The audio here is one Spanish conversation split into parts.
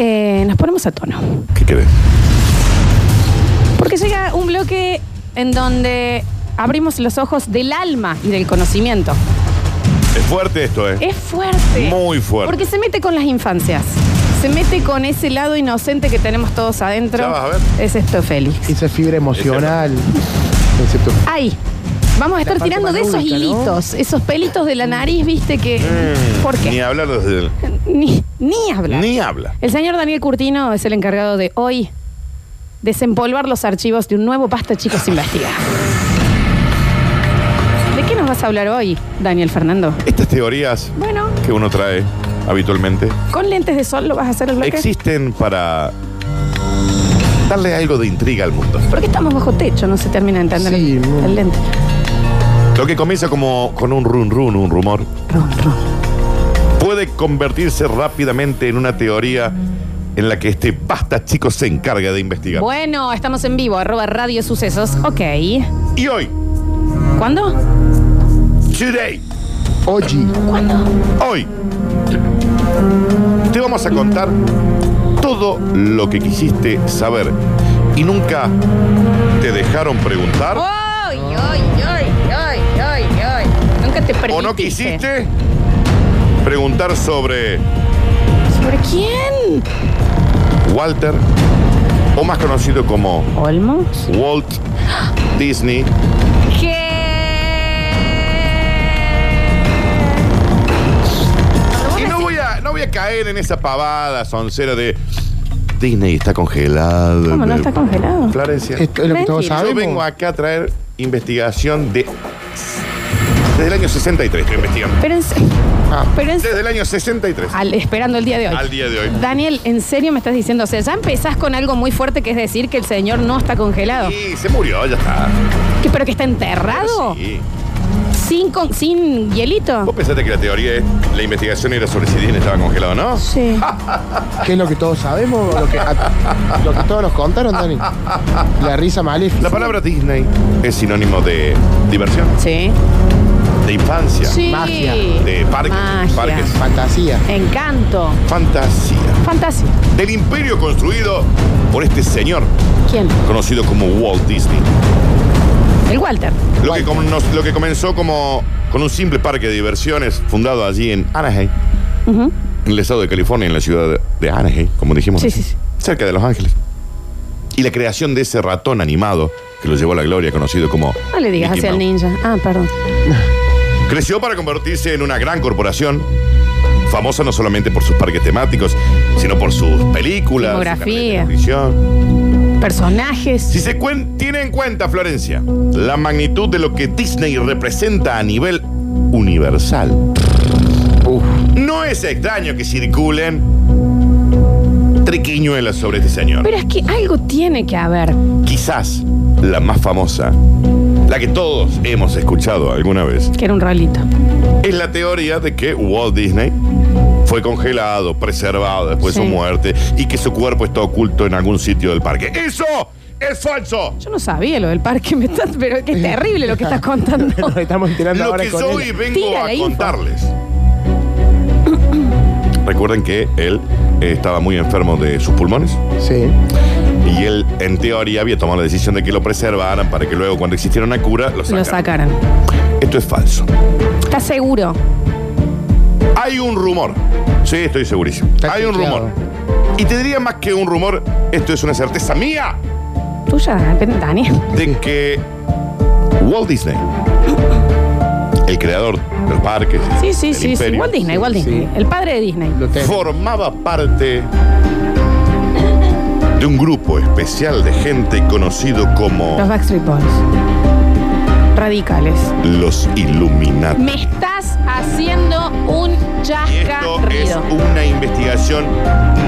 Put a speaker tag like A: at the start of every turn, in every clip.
A: eh, nos ponemos a tono.
B: ¿Qué querés?
A: Porque llega un bloque en donde abrimos los ojos del alma y del conocimiento.
B: Es fuerte esto, ¿eh?
A: Es fuerte.
B: Muy fuerte.
A: Porque se mete con las infancias. Se mete con ese lado inocente que tenemos todos adentro.
B: Ya vas a ver.
A: Es esto, Félix.
C: Esa fibra emocional. Excepto.
A: Ahí. Vamos a estar
C: parte
A: tirando
C: más
A: de esos
C: adulta, ¿no?
A: hilitos, esos pelitos de la nariz, viste que. ¿Por
B: Mm. Ni
A: qué?
B: hablar desde el-
A: Ni, ni hablar.
B: Ni habla.
A: El señor Daniel Curtino es el encargado de hoy desempolvar los archivos de un nuevo Basta Chicos Investiga. ¿De qué nos vas a hablar hoy, Daniel Fernando?
B: Estas teorías
A: Bueno,
B: que uno trae habitualmente
A: con lentes de sol lo vas a hacer el bloque.
B: existen para darle algo de intriga al mundo.
A: Porque estamos bajo techo, no se termina de entender
C: Sí,
A: el,
C: muy-
A: el lente.
B: Lo que comienza como con un run run, un rumor,
A: Ron, ron.
B: puede convertirse rápidamente en una teoría en la que este basta chico se encarga de investigar.
A: Bueno, estamos en vivo, arroba Radio Sucesos. Ok.
B: Y hoy,
A: ¿Cuándo?
B: today,
C: Oji.
A: ¿Cuándo?
B: hoy, te vamos a contar todo lo que quisiste saber y nunca te dejaron preguntar
A: ¡Ay, ay, ay, ay, ay, ay! Nunca te permitiste.
B: o no quisiste preguntar sobre
A: ¿Sobre quién?
B: Walter o más conocido como
A: ¿Olmos?
B: Walt Disney Y no voy a, no voy a caer en esa pavada soncera de Disney está congelado.
A: ¿Cómo no está congelado?
B: Florencia,
C: Esto es lo que todos
A: Mentira.
B: yo
C: sabemos.
B: vengo acá a traer investigación de... Desde el año 63 estoy investigando.
A: Pero en, se-
C: Ah,
A: pero en se-
B: Desde el año 63
A: al- esperando el día de hoy.
B: al día de hoy.
A: Daniel, ¿en serio me estás diciendo? O sea, ya empezás con algo muy fuerte que es decir que el señor no está congelado.
B: Y se murió, ya está.
A: ¿Que, ¿Pero que está enterrado?
B: Sí. Oh.
A: ¿Sin, con- ¿Sin hielito?
B: Vos pensaste que la teoría es, la investigación era sobre si Disney estaba congelado, ¿no?
A: Sí.
B: Ah.
C: ¿Qué es lo que todos sabemos? Lo que, a- lo que todos nos contaron, Dani. La risa maléfica.
B: La palabra Disney es sinónimo de diversión,
A: Sí.
B: de infancia,
A: Sí.
C: Magia.
B: de parques,
A: Magia.
B: parques,
C: Fantasía.
A: Encanto.
B: fantasía.
A: Fantasía.
B: del imperio construido por este señor,
A: ¿Quién?
B: conocido como Walt Disney.
A: El Walter.
B: Lo que, com- nos- lo que comenzó como con un simple parque de diversiones fundado allí en Anaheim,
A: Ujú.
B: en el estado de California, en la ciudad de- de Anaheim, como dijimos,
A: Sí, sí, sí.
B: cerca de Los Ángeles. Y la creación de ese ratón animado que lo llevó a la gloria, conocido como...
A: No le digas
B: Mickey
A: hacia el
B: Mouse.
A: ninja. Ah, perdón.
B: Creció para convertirse en una gran corporación, famosa no solamente por sus parques temáticos, sino por sus películas, su canal de
A: Filmografía.
B: televisión.
A: Personajes.
B: Si se cuen- tiene en cuenta, Florencia, la magnitud de lo que Disney representa a nivel universal,
C: Uf.
B: no es extraño que circulen triquiñuelas sobre este señor.
A: Pero es que algo tiene que haber.
B: Quizás la más famosa, la que todos hemos escuchado alguna vez,
A: Que era un rolito.
B: es la teoría de que Walt Disney fue congelado, preservado después de
A: Sí.
B: su muerte y que su cuerpo está oculto en algún sitio del parque. ¡Eso es falso!
A: Yo no sabía lo del parque, me estás- pero que es terrible lo que estás contando.
C: Nos estamos enterando
B: Lo
C: ahora
B: que
C: con
B: yo
C: él.
B: hoy vengo
A: Tira la
B: a
A: info.
B: contarles. Recuerden que él eh, estaba muy enfermo de sus pulmones
C: Sí.
B: y él en teoría había tomado la decisión de que lo preservaran para que luego cuando existiera una cura lo
A: Lo sacaron.
B: sacaran. Esto es falso.
A: ¿Estás seguro?
B: Hay un rumor. Sí, estoy segurísimo.
C: Está
B: Hay un
C: chequeado.
B: rumor. Y te diría más que un rumor, esto es una certeza mía,
A: Tuya, Daniel.
B: de que Walt Disney, el creador del parque,
A: Sí, sí, sí, sí. Walt Disney, Walt
C: Sí,
A: Disney.
C: sí.
A: El padre de Disney.
C: Lo tengo.
B: formaba parte de un grupo especial de gente conocido como
A: Los Backstreet Boys. Radicales.
B: los Illuminati.
A: Me estás haciendo un
B: Y esto es
A: chascarrido.
B: una investigación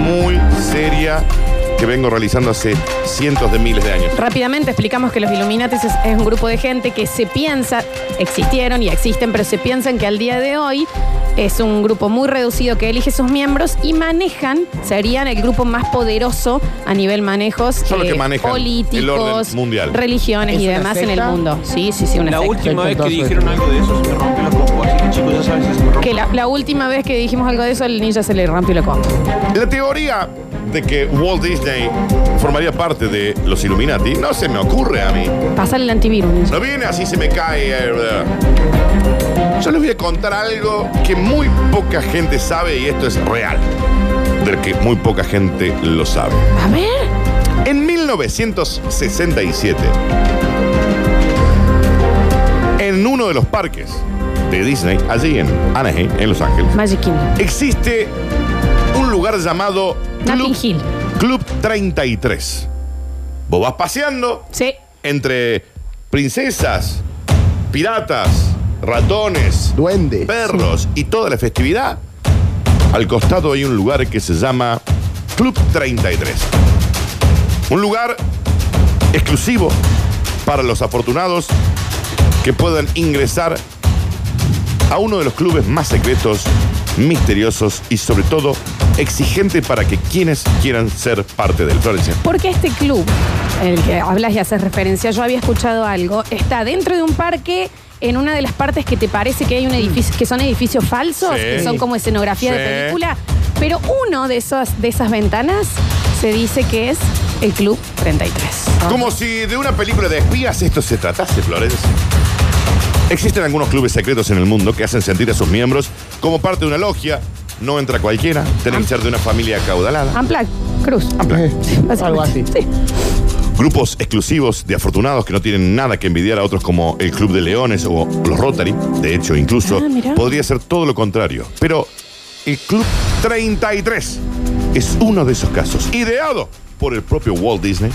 B: muy seria que vengo realizando hace cientos de miles de años.
A: Rápidamente explicamos que los Illuminatis es, es un grupo de gente que se piensa existieron y existen, pero se piensan que al día de hoy es un grupo muy reducido que elige sus miembros y manejan, serían el grupo más poderoso a nivel manejos
B: Son los
A: eh,
B: que manejan
A: políticos,
B: el orden mundial.
A: religiones
C: ¿Es
A: y
C: una
A: demás en el
C: secta?
A: mundo. Sí, sí, sí, una
D: La
A: secta.
D: última vez
C: Perfecto, entonces.
D: que dijeron algo de eso se me rompió la compu, así que chicos, ya saben, se me rompió.
A: Que la, la última vez que dijimos algo de eso, el ninja se le rompió la compu.
B: La teoría de que Walt Disney formaría parte de los Illuminati no se me ocurre a mí.
A: Pásale el antivirus, ninja.
B: No viene así, se me cae. eh, bla. Yo les voy a contar algo que muy poca gente sabe y esto es real. Del que muy poca gente lo sabe.
A: A ver.
B: En 1967, en uno de los parques de Disney, allí en Anaheim, en Los Ángeles,
A: Magic Kingdom.
B: existe un lugar llamado
A: Notting
B: Club,
A: Hill.
B: Club 33. Vos vas paseando
A: Sí.
B: entre princesas, piratas, ratones,
C: Duende.
B: perros y toda la festividad. Al costado hay un lugar que se llama Club 33. Un lugar exclusivo para los afortunados que puedan ingresar a uno de los clubes más secretos, misteriosos y sobre todo exigente para que quienes quieran ser parte del Florencia.
A: Porque este club, el que hablas y haces referencia, yo había escuchado algo, está dentro de un parque en una de las partes que te parece que hay un edificio, que son edificios falsos,
B: Sí.
A: que son como escenografía de
B: Sí.
A: película, pero uno de esas, de esas ventanas se dice que es el Club 33.
B: Como si de una película de espías esto se tratase, Florencia. Existen algunos clubes secretos en el mundo que hacen sentir a sus miembros como parte de una logia. No entra cualquiera, tiene
A: Ah.
B: que ser de una familia acaudalada.
A: Amplac, Cruz.
C: Eh, Algo así.
A: Sí. Ah.
B: Grupos exclusivos de afortunados que no tienen nada que envidiar a otros como el Club de Leones o los Rotary. De hecho, incluso
A: Ah, mirá.
B: podría ser todo lo contrario. Pero el Club 33 es uno de esos casos, ideado por el propio Walt Disney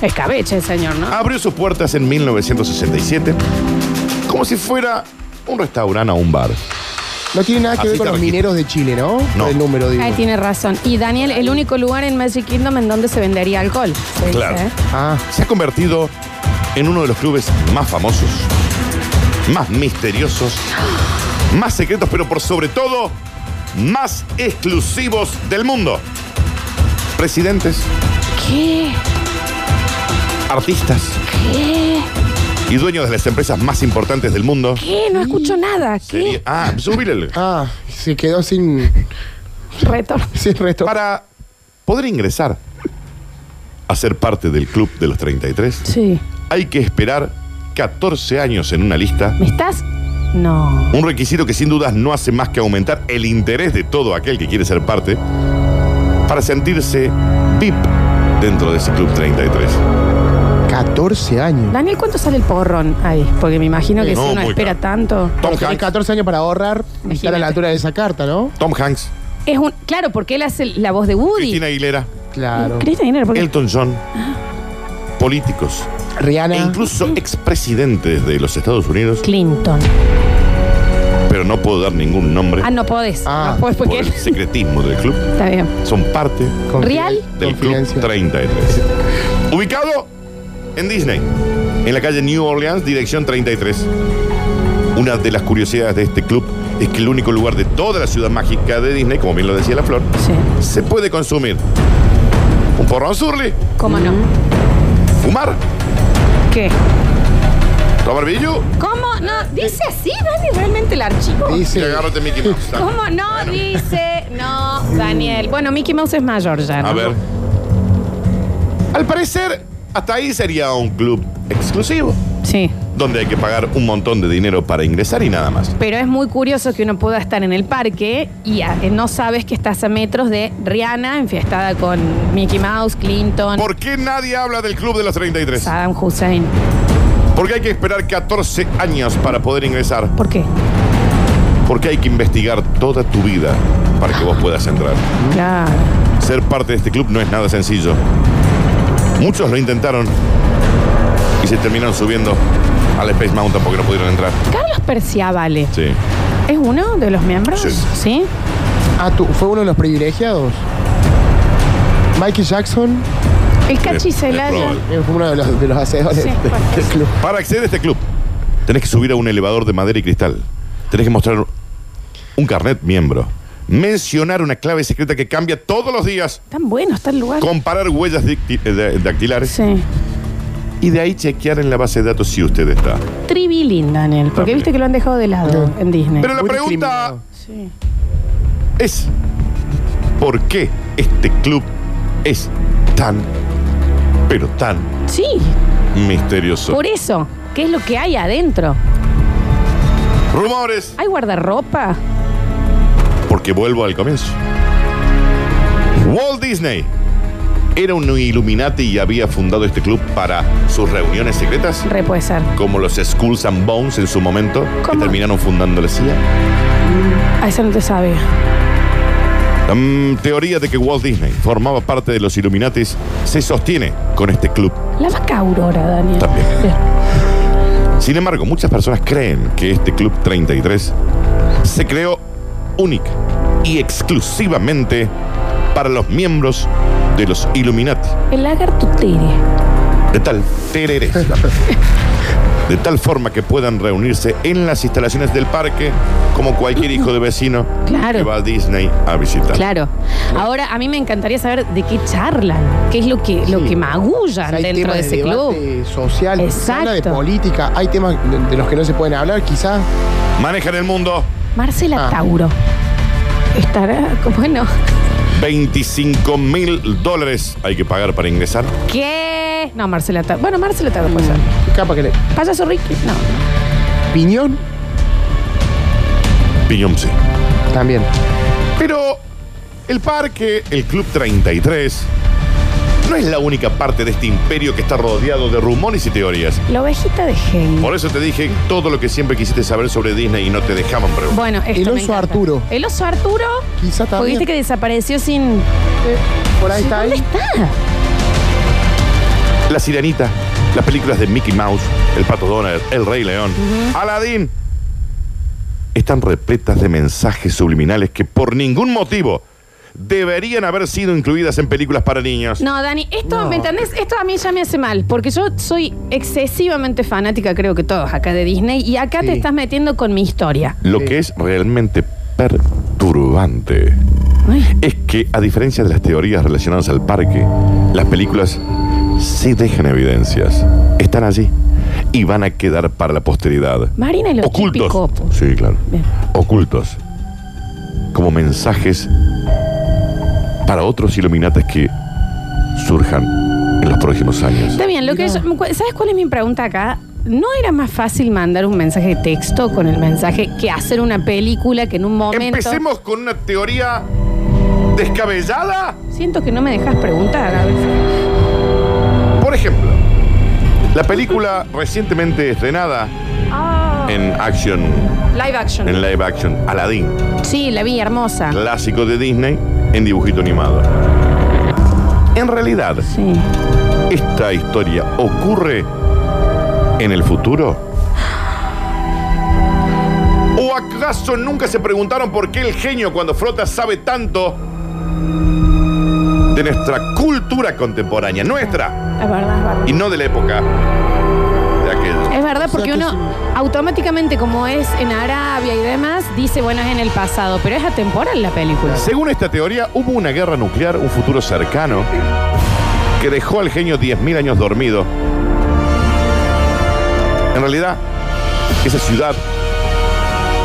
A: Escabeche el señor, ¿no?
B: abrió sus puertas en 1967 como si fuera un restaurante o un bar.
C: No tiene nada que
B: Así
C: ver con
B: está
C: los
B: registro.
C: mineros de Chile, ¿no?
B: No.
C: El número, digo.
A: Ahí tiene razón. Y Daniel, el único lugar en Magic Kingdom en donde se vendería alcohol. se dice,
B: Claro.
A: ¿eh?
C: Ah,
B: Se ha convertido en uno de los clubes más famosos, más misteriosos, más secretos, pero por sobre todo, más exclusivos del mundo. Presidentes,
A: ¿Qué?
B: artistas
A: ¿Qué?
B: y dueños de las empresas más importantes del mundo.
A: ¿Qué? No escucho nada.
B: Sería-
A: ¿Qué?
B: Ah, subílele.
C: ah, se quedó sin,
A: Retorno.
C: sin resto.
B: Para poder ingresar a ser parte del club de los 33,
A: Sí.
B: hay que esperar 14 años en una lista,
A: ¿Me estás? No.
B: un requisito que sin dudas no hace más que aumentar el interés de todo aquel que quiere ser parte para sentirse VIP dentro de ese Club 33.
C: 14 años.
A: Daniel, ¿cuánto sale el porrón ahí? Porque me imagino que
B: Eh, No,
A: si uno
B: muy
A: espera
B: caro.
A: tanto.
B: Tom
C: Hay
B: Hanks,
C: 14 años para ahorrar y estar a
A: Imagínate.
C: la altura de esa carta, ¿no?
B: Tom Hanks,
A: Es un. Claro, porque él hace la voz de Woody.
B: Cristina Aguilera,
C: Claro.
A: Cristina Aguilera, porque
B: Elton John, políticos e
C: Rihanna.
B: incluso expresidentes de los Estados Unidos,
A: Clinton.
B: pero no puedo dar ningún nombre
A: Ah, no podés.
C: Ah.
A: no podés
B: por
A: porque.
B: el secretismo del club,
A: Está bien.
B: son parte
C: Confi-
A: ¿Real?
B: del Club
C: Confidencia.
B: 33. Ubicado en Disney, en la calle New Orleans, dirección 33. Una de las curiosidades de este club es que el único lugar de toda la ciudad mágica de Disney, como bien lo decía la flor,
A: Sí.
B: se puede consumir un porrón surly,
A: ¿Cómo no?
B: fumar,
A: ¿Qué?
B: tomar billu
A: ¿Cómo? No. ¿Dice así, Dani, realmente el archivo?
B: y
C: Dice.
B: agarrarte Mickey Mouse.
A: ¿Cómo no dice? No, Daniel. Bueno, Mickey Mouse es mayor ya. ¿no?
B: A ver. Al parecer, hasta ahí sería un club exclusivo,
A: Sí.
B: donde hay que pagar un montón de dinero para ingresar y nada más.
A: Pero es muy curioso que uno pueda estar en el parque y a- no sabes que estás a metros de Rihanna enfiestada con Mickey Mouse, Clinton,
B: ¿Por qué nadie habla del Club de los 33?
A: Saddam Hussein.
B: Porque hay que esperar 14 años para poder ingresar.
A: ¿Por qué?
B: ¿Mm? Porque hay que investigar toda tu vida para que vos puedas entrar.
A: Claro.
B: Ser parte de este club no es nada sencillo. Muchos lo intentaron y se terminaron subiendo al Space Mountain porque no pudieron entrar.
A: Carlos Perciavale,
B: Sí.
A: ¿es uno de los miembros?
B: Sí.
A: ¿Sí?
C: Ah, tú, ¿fue uno de los privilegiados? Michael Jackson
A: El
B: Es- es
A: cachicelario.
B: probable.
C: eh, fue uno de los, de los hacedores
A: Sí,
C: de-
A: pues,
C: del
A: sí.
C: club.
B: Para acceder a este club Tenés que subir a un elevador de madera y cristal. Tenés que mostrar un carnet miembro. Mencionar una clave secreta que cambia todos los días.
A: Tan bueno está el lugar.
B: Comparar huellas dicti- eh, de- dactilares.
A: Sí.
B: Y de ahí chequear en la base de datos si usted está.
A: Tribilín, Daniel. Porque
B: También.
A: viste que lo han dejado de lado en Disney.
B: Pero la
C: Muy
B: pregunta
A: Sí.
C: discriminado.
B: es, ¿por qué este club es tan, pero tan
A: Sí,
B: misterioso?
A: por eso. ¿Qué es lo que hay adentro?
B: Rumores,
A: ¿Hay guardarropa?
B: porque vuelvo al comienzo. Walt Disney era un Illuminati y había fundado este club para sus reuniones secretas,
A: Re puede ser.
B: como los Skulls and Bones en su momento, que
A: ¿Cómo?
B: terminaron fundando la CIA.
A: A eso no te sabe.
B: La mm, teoría de que Walt Disney formaba parte de los Illuminatis se sostiene con este club.
A: La vaca Aurora, Daniel.
B: También.
A: Bien.
B: Sin embargo, muchas personas creen que este Club 33 se creó única y exclusivamente para los miembros de los Illuminati.
A: El lagarto tigre.
B: De tal tereré. De tal forma que puedan reunirse en las instalaciones del parque como cualquier hijo de vecino
A: Claro.
B: que va a Disney a visitar.
A: Claro. Ahora, a mí me encantaría saber de qué charlan. ¿Qué es lo que, lo
C: Sí.
A: que magullan
C: O sea, hay
A: dentro
C: temas
A: de ese club?
C: debate Social,
A: Exacto.
C: se habla de política, hay temas de, de los que no se pueden hablar, quizás.
B: Manejan el mundo
A: Marcela
C: Ah.
A: Tauro. Estará. Bueno.
B: 25 mil dólares hay que pagar para ingresar.
A: ¿Qué? No, Marcela Tauro. Bueno, Marcela Tauro puede
C: Mm.
A: ser.
C: Capaz que le.
A: Payaso Ricky. No.
C: Piñón
B: Piñón sí.
C: también.
B: Pero el parque, el Club 33, no es la única parte de este imperio que está rodeado de rumores y teorías.
A: La ovejita de Heidi.
B: Por eso te dije todo lo que siempre quisiste saber sobre Disney y no te dejaban preguntar.
A: Bueno, esto
C: El
A: me
C: oso
A: encanta.
C: Arturo.
A: El oso Arturo.
C: Quizá
A: Porque
C: también.
A: viste que desapareció sin.
C: Eh, por ahí está
A: ¿Dónde
C: ahí.
A: está?
B: La Sirenita, las películas de Mickey Mouse, El Pato Donald, El Rey León, Aladdin, están repletas de mensajes subliminales que por ningún motivo deberían haber sido incluidas en películas para niños.
A: No, Dani, esto,
C: No.
A: ¿me entendés? Esto a mí ya me hace mal, porque yo soy excesivamente fanática, creo que todos acá de Disney, y acá te
C: Sí.
A: estás metiendo con mi historia.
B: Lo
C: Sí.
B: que es realmente perturbante
A: Ay,
B: es que, a diferencia de las teorías relacionadas al parque, las películas sí dejan evidencias. Están allí y van a quedar para la posteridad.
A: Marina y los
B: Ocultos.
A: chipicopos.
B: Sí, claro.
A: pues. Bien.
B: Ocultos. Como mensajes para otros iluminatas que surjan en los próximos años.
A: Está bien, lo que yo- ¿sabes cuál es mi pregunta acá? ¿No era más fácil mandar un mensaje de texto con el mensaje que hacer una película que en un este momento...
B: Empecemos con una teoría descabellada.
A: Siento que no me dejas preguntar a veces.
B: Por ejemplo, la película recientemente estrenada
A: Ah,
B: en action,
A: live action.
B: en live action, Aladdin,
A: Sí, la vi hermosa.
B: clásico de Disney en dibujito animado. En realidad,
A: Sí.
B: esta historia ocurre en el futuro. ¿O acaso nunca se preguntaron por qué el genio cuando frota sabe tanto de nuestra cultura contemporánea, nuestra
A: Es verdad, es verdad.
B: y no de la época de aquella?
A: Es verdad, porque
C: O sea que
A: uno automáticamente, como es en Arabia y demás, dice, bueno, es en el pasado, pero es atemporal la película.
B: Según esta teoría, hubo una guerra nuclear, un futuro cercano, que dejó al genio 10.000 años dormido. En realidad, esa ciudad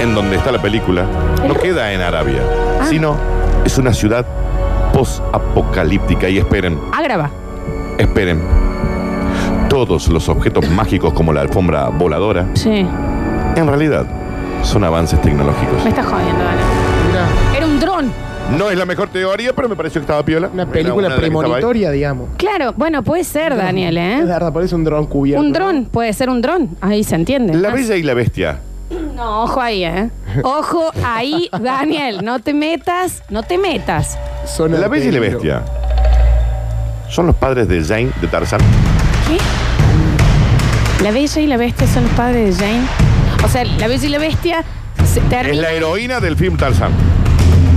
B: en donde está la película no queda en Arabia,
A: Ah.
B: sino es una ciudad post-apocalíptica. Y esperen,
A: Agrava.
B: esperen. Todos los objetos mágicos como la alfombra voladora,
A: Sí,
B: en realidad, son avances tecnológicos.
A: me estás jodiendo, Ana.
C: Mirá,
A: Era un dron.
B: No es la mejor teoría, pero me pareció que estaba piola.
C: una
B: Era
C: película
B: una de las que estaba ahí.
C: premonitoria, digamos.
A: Claro, bueno, puede ser, Daniel,
C: Es
A: ¿eh?
C: verdad, parece un dron cubierto.
A: Un
C: ¿no?
A: dron, puede ser un dron. Ahí se entiende.
B: La
A: Ah,
B: Bella y la Bestia.
A: No, ojo ahí, ¿eh? Ojo ahí, Daniel, no te metas, no te metas.
C: Zona
B: La
C: de
B: Bella y la
C: peligro.
B: Bestia. Son los padres de Jane de Tarzán.
A: ¿Qué? La Bella y la Bestia son los padres de Jane. O sea, la Bella y la Bestia se
B: Es
A: termina.
B: la heroína del film Tarzán.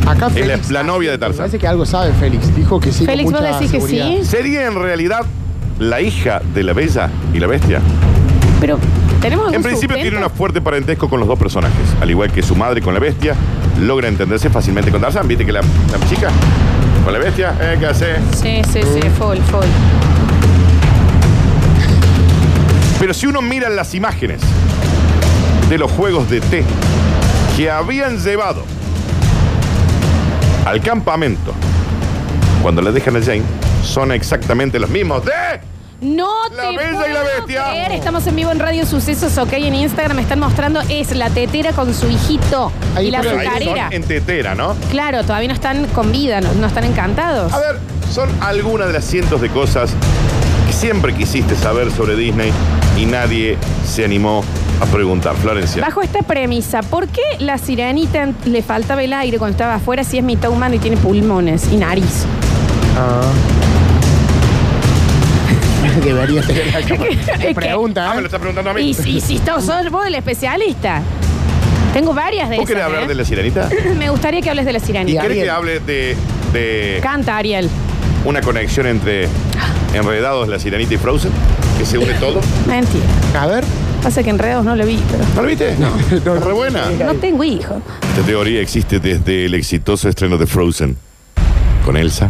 C: Acá
B: Es la,
C: Félix.
B: la novia de Tarzán.
C: Parece que algo sabe Félix. Dijo que sí. con
A: Félix, ¿vos
C: mucha
A: decís que
C: seguridad.
A: sí?
B: Sería en realidad la hija de la Bella y la Bestia.
A: Pero ¿Tenemos algún
B: En principio
A: sustento?
B: tiene un fuerte parentesco con los dos personajes. Al igual que su madre con la bestia, logra entenderse fácilmente con Tarzán. ¿Viste que la, la chica con la bestia? Eh, ¿Qué hace?
A: Sí, sí, sí, full, full.
B: Pero si uno mira las imágenes de los juegos de té que habían llevado al campamento cuando le dejan a Jane, son exactamente los mismos de...
A: No
B: La
A: te
B: Bella y la
A: puedo
B: Bestia.
A: creer. Estamos en vivo en Radio Sucesos, ok, en Instagram me están mostrando es la tetera con su hijito
C: Ahí
A: y la
C: está.
B: Ahí
A: azucarera.
B: son en tetera, ¿no?
A: Claro, todavía no están con vida, no, no están encantados.
B: A ver, son algunas de las cientos de cosas que siempre quisiste saber sobre Disney y nadie se animó a preguntar. Florencia.
A: Bajo esta premisa, ¿por qué la sirenita en- le faltaba el aire cuando estaba afuera si es mitad humano y tiene pulmones y nariz?
C: Ah. Deberías tener la cámara.
A: Es que-
C: Pregunta.
B: Ah,
C: ¿eh?
B: me lo está preguntando a mí.
A: Y, y si estás sos vos el especialista. Tengo varias de
B: ¿Vos
A: esas.
B: querés hablar
A: ¿eh?
B: de la sirenita?
A: Me gustaría que hables de la sirenita.
B: ¿Querés
C: Ariel.
B: que hable de, de
A: Canta, Ariel.
B: una conexión entre Enredados, la sirenita y Frozen? Que se une todo.
A: Mentira.
C: A ver.
A: Pasa que enredos no lo vi, pero.
B: ¿No lo viste? No.
C: no.
B: re buena.
A: No tengo hijo.
B: Esta teoría existe desde el exitoso estreno de Frozen con Elsa.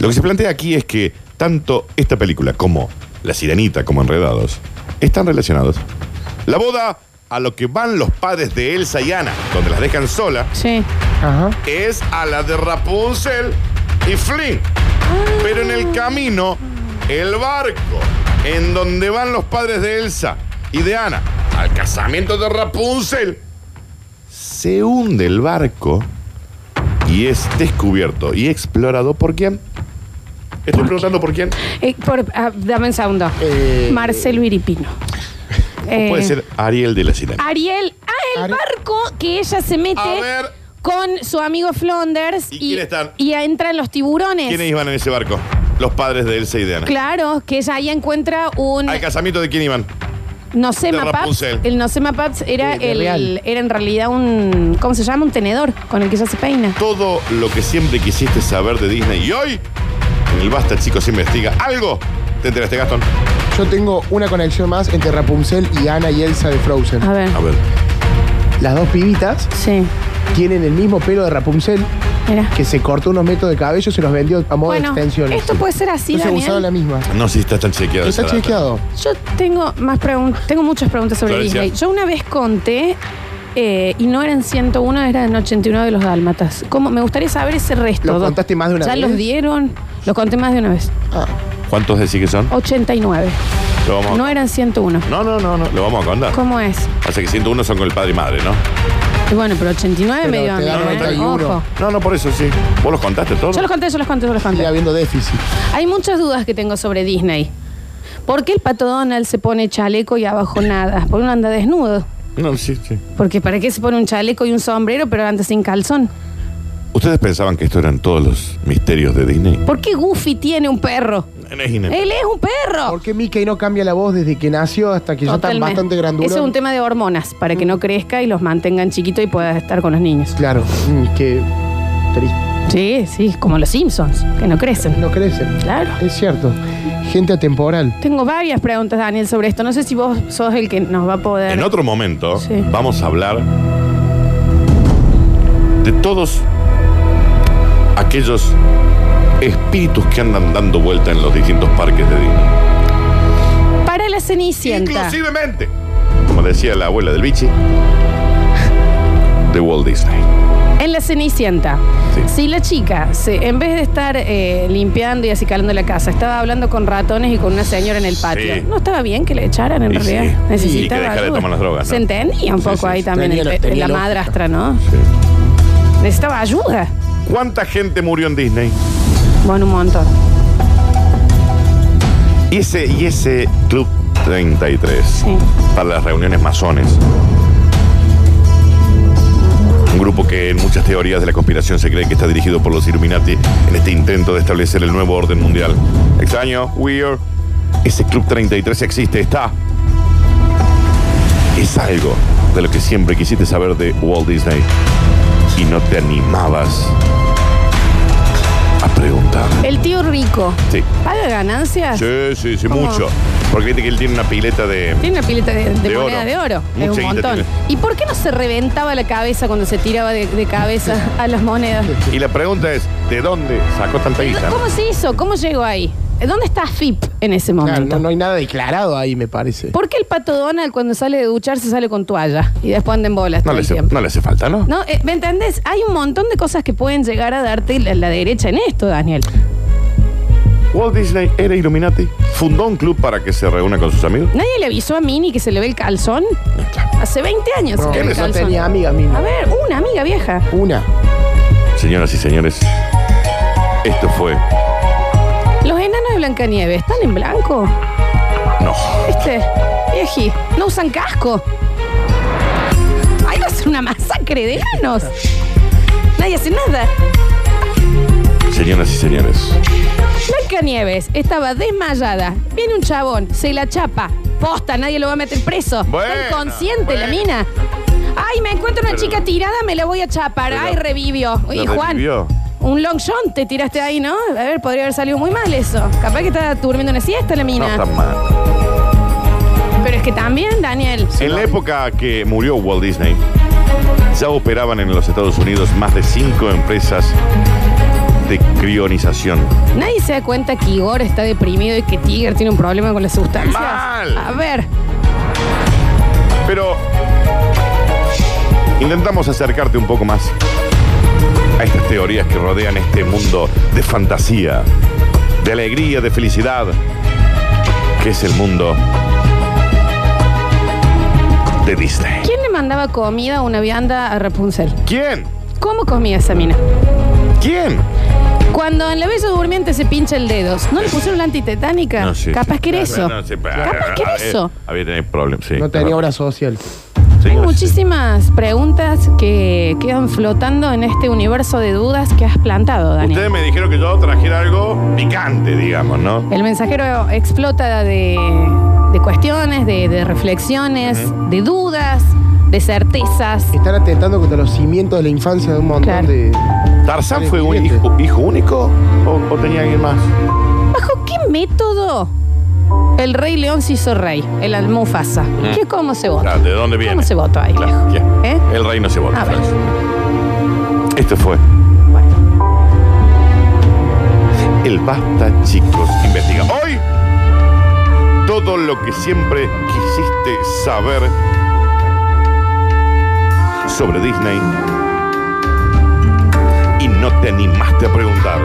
B: Lo que se plantea aquí es que tanto esta película como La Sirenita como Enredados están relacionados. La boda a lo que van los padres de Elsa y Ana, donde las dejan sola,
A: Sí.
C: Ajá.
B: es a la de Rapunzel y Flynn. Pero en el camino, el barco en donde van los padres de Elsa y de Ana al casamiento de Rapunzel, se hunde el barco y es descubierto y explorado por quién. Estoy preguntando por quién.
A: Eh, por- ah, dame un segundo.
C: Eh,
A: Marcelo Iripino. Eh,
B: Puede ser Ariel de la Sirenita.
A: Ariel. Ah, el
C: Ari-
A: barco que ella se mete
B: A ver.
A: con su amigo Flonders.
B: ¿Y quiénes están?
A: y entran los tiburones.
B: ¿Quiénes iban en ese barco? Los padres de Elsa y de Ana.
A: Claro, que ella ahí encuentra un
B: ¿Al casamiento de quién iban?
A: no sé
B: de
A: mapaps.
B: Rapunzel.
A: El no sé mapaps era
C: Sí, de
A: el
C: real.
A: era en realidad un ¿cómo se llama? un tenedor con el que ella se peina.
B: todo lo que siempre quisiste saber de Disney. Y hoy, en el Basta Chicos Investiga algo. ¿Te enteraste, Gastón?
C: Yo tengo una conexión más entre Rapunzel y Ana y Elsa de Frozen.
A: A ver.
B: A ver.
C: Las dos pibitas
A: Sí.
C: tienen el mismo pelo de Rapunzel
A: Mira.
C: que se cortó unos metros de cabello y se los vendió a modo
A: Bueno,
C: de extensiones.
A: esto puede ser así,
C: Entonces
A: Daniel.
C: usaron la misma.
B: No, si está tan chequeado.
C: ¿Está
B: esa data.
C: chequeado?
A: Yo tengo más preguntas, tengo muchas preguntas sobre
B: Florencia.
A: Disney. Yo una vez conté, eh, y no eran 101, eran 89 de los dálmatas. ¿Cómo? Me gustaría saber ese resto.
C: ¿Lo contaste más de una
A: ¿Ya
C: vez?
A: los dieron, lo conté más de una vez.
C: Ah,
B: ¿Cuántos decís que son?
A: 89.
B: Lo vamos a-
A: No eran 101.
B: no, no, no, no. Lo vamos a contar.
A: ¿Cómo es?
B: O sea que 101 son con el padre y madre, ¿no?
A: Y bueno, pero 89
C: Pero
A: me dio a
C: te
A: mí,
C: dan
A: ¿eh?
C: 91.
A: Ojo.
B: No, no, por eso sí. ¿Vos los contaste todos?
A: Yo los conté, yo los conté, yo los
C: sigue
A: conté.
C: habiendo déficit.
A: Hay muchas dudas que tengo sobre Disney. ¿Por qué el pato Donald se pone chaleco y abajo nada? ¿Por qué uno anda desnudo?
B: No, sí, sí.
A: Porque ¿para qué se pone un chaleco y un sombrero pero anda sin calzón?
B: ¿Ustedes pensaban que esto eran todos los misterios de Disney?
A: ¿Por qué Goofy tiene un perro?
B: No es inentendible.
A: Él es un perro.
C: ¿Por qué Mickey no cambia la voz desde que nació hasta que ya está
A: Oh. Totalmente.
C: bastante grandulón?
A: Eso es un tema de hormonas, para que no crezca y los mantengan chiquitos y puedas estar con los niños.
C: Claro, mm, que triste.
A: Sí, sí, como los Simpsons, que no crecen.
C: No crece.
A: Claro.
C: Es cierto. Gente atemporal.
A: Tengo varias preguntas, Daniel, sobre esto. No sé si vos sos el que nos va a poder...
B: En otro momento
A: Sí.
B: vamos a hablar de todos aquellos espíritus que andan dando vuelta en los distintos parques de Disney.
A: Para la Cenicienta.
B: Inclusivemente, como decía la abuela del bichi, de Walt Disney.
A: En la Cenicienta.
B: Sí.
A: Si la chica, se- en vez de estar eh, limpiando y acicalando la casa, estaba hablando con ratones y con una señora en el patio,
B: Sí.
A: ¿no estaba bien que le echaran en
B: Y
A: realidad?
B: sí.
A: Necesitaba
B: Y que dejara de
A: ayuda.
B: tomar las drogas, ¿no?
A: Se entendía un
B: Sí,
A: poco
B: sí,
A: ahí
B: sí.
A: también
C: Tenía-
A: el pe- la
C: tenía lógica.
A: madrastra, ¿no? Necesitaba ayuda.
B: ¿Cuánta gente murió en Disney?
A: Bueno, un montón.
B: Y ese, y ese Club 33,
A: Sí.
B: para las reuniones masones. Un grupo que en muchas teorías de la conspiración se cree que está dirigido por los Illuminati en este intento de establecer el nuevo orden mundial. Extraño, weird. Ese Club 33 existe, está. Es algo de lo que siempre quisiste saber de Walt Disney y no te animabas a preguntar.
A: El tío rico.
B: Sí.
A: ¿Paga ganancias?
B: Sí, sí, sí,
A: ¿Cómo?
B: mucho. Porque viste que él tiene una pileta de.
A: Tiene una pileta de, de
B: De
A: moneda
B: oro.
A: de oro. es
B: Mucha
A: un
B: guita
A: montón.
B: tiene.
A: ¿Y por qué no se reventaba la cabeza cuando se tiraba de, de cabeza a las monedas?
B: Y la pregunta es, ¿de dónde sacó tanta guita?
A: ¿Cómo se hizo? ¿Cómo llegó ahí? ¿Dónde está FIP en ese
C: Claro,
A: momento?
C: no, no hay nada declarado ahí, me parece.
A: ¿Por qué el pato Donald cuando sale de ducharse sale con toalla y después anda en bolas
B: No
A: todo
B: le,
A: el
B: hace,
A: tiempo?
B: no le hace falta, ¿no?
A: No, eh, ¿me entendés? Hay un montón de cosas que pueden llegar a darte la, la derecha en esto, Daniel.
B: Walt Disney era Illuminati. Fundó un club para que se reúna con sus amigos.
A: Nadie le avisó a Mini que se le ve el calzón. Hace 20 años
C: No,
A: se le ve el
B: eso
C: no
A: calzón.
C: tenía amiga mía.
A: A ver, una amiga vieja.
C: Una.
B: Señoras y señores, esto fue.
A: Los enanos de Blancanieves, ¿están en blanco?
B: No.
A: ¿Viste? Vieji, no usan casco. Ahí va a ser una masacre de enanos. Nadie hace nada.
B: Señoras y señores,
A: Blancanieves estaba desmayada. Viene un chabón, se la chapa. Posta, nadie lo va a meter preso.
B: Bueno,
A: Está inconsciente la
B: bueno.
A: mina. Ay, me encuentro una
B: Pero-
A: chica tirada, me la voy a chapar.
B: Pero-
A: Ay, revivió. Y
B: ¿la
A: Juan,
B: revivió?
A: un long shot te tiraste ahí, ¿no? A ver, podría haber salido muy mal eso. Capaz que está durmiendo una siesta la
B: no
A: mina.
B: está mal.
A: Pero es que también, Daniel.
B: En la época que murió Walt Disney, ya operaban en los Estados Unidos más de cinco empresas de crionización.
A: Nadie se da cuenta que Igor está deprimido y que Tiger tiene un problema con las sustancias.
B: Mal.
A: A ver,
B: Pero intentamos acercarte un poco más a estas teorías que rodean este mundo de fantasía, de alegría, de felicidad, que es el mundo de Disney.
A: ¿quién le mandaba comida a una vianda a Rapunzel?
B: ¿Quién?
A: ¿Cómo comía esa mina?
B: ¿Quién?
A: Cuando en la bella durmiente se pincha el dedo, ¿no le pusieron la antitetánica? Capaz que era eso.
B: No, no, sí,
A: Capaz que era eso.
B: Había tenido problemas, sí.
C: No tenía obra social.
B: Sí,
A: Hay
B: sí.
A: muchísimas preguntas que quedan flotando en este universo de dudas que has plantado, Daniel.
B: Ustedes me dijeron que yo trajera algo picante, digamos, ¿no?
A: El mensajero explota de, de cuestiones, de, de reflexiones, de dudas, de certezas.
C: Están atentando contra los cimientos de la infancia de un montón
A: Claro.
C: de.
B: ¿Tarzán fue un hijo, hijo único o, o tenía alguien más?
A: ¿Bajo qué método el rey León se hizo rey? El Almufasa. ¿Qué, ¿Cómo se vota?
B: Claro, ¿De dónde viene?
A: ¿Cómo se votó ahí,
B: Ah. Claro,
A: viejo?
B: ya.
A: ¿Eh?
B: El rey no se vota.
A: A ver.
B: Franz. Este fue
A: Bueno,
B: el Basta Chicos Investiga. Hoy, todo lo que siempre quisiste saber sobre Disney y no te animaste a preguntar.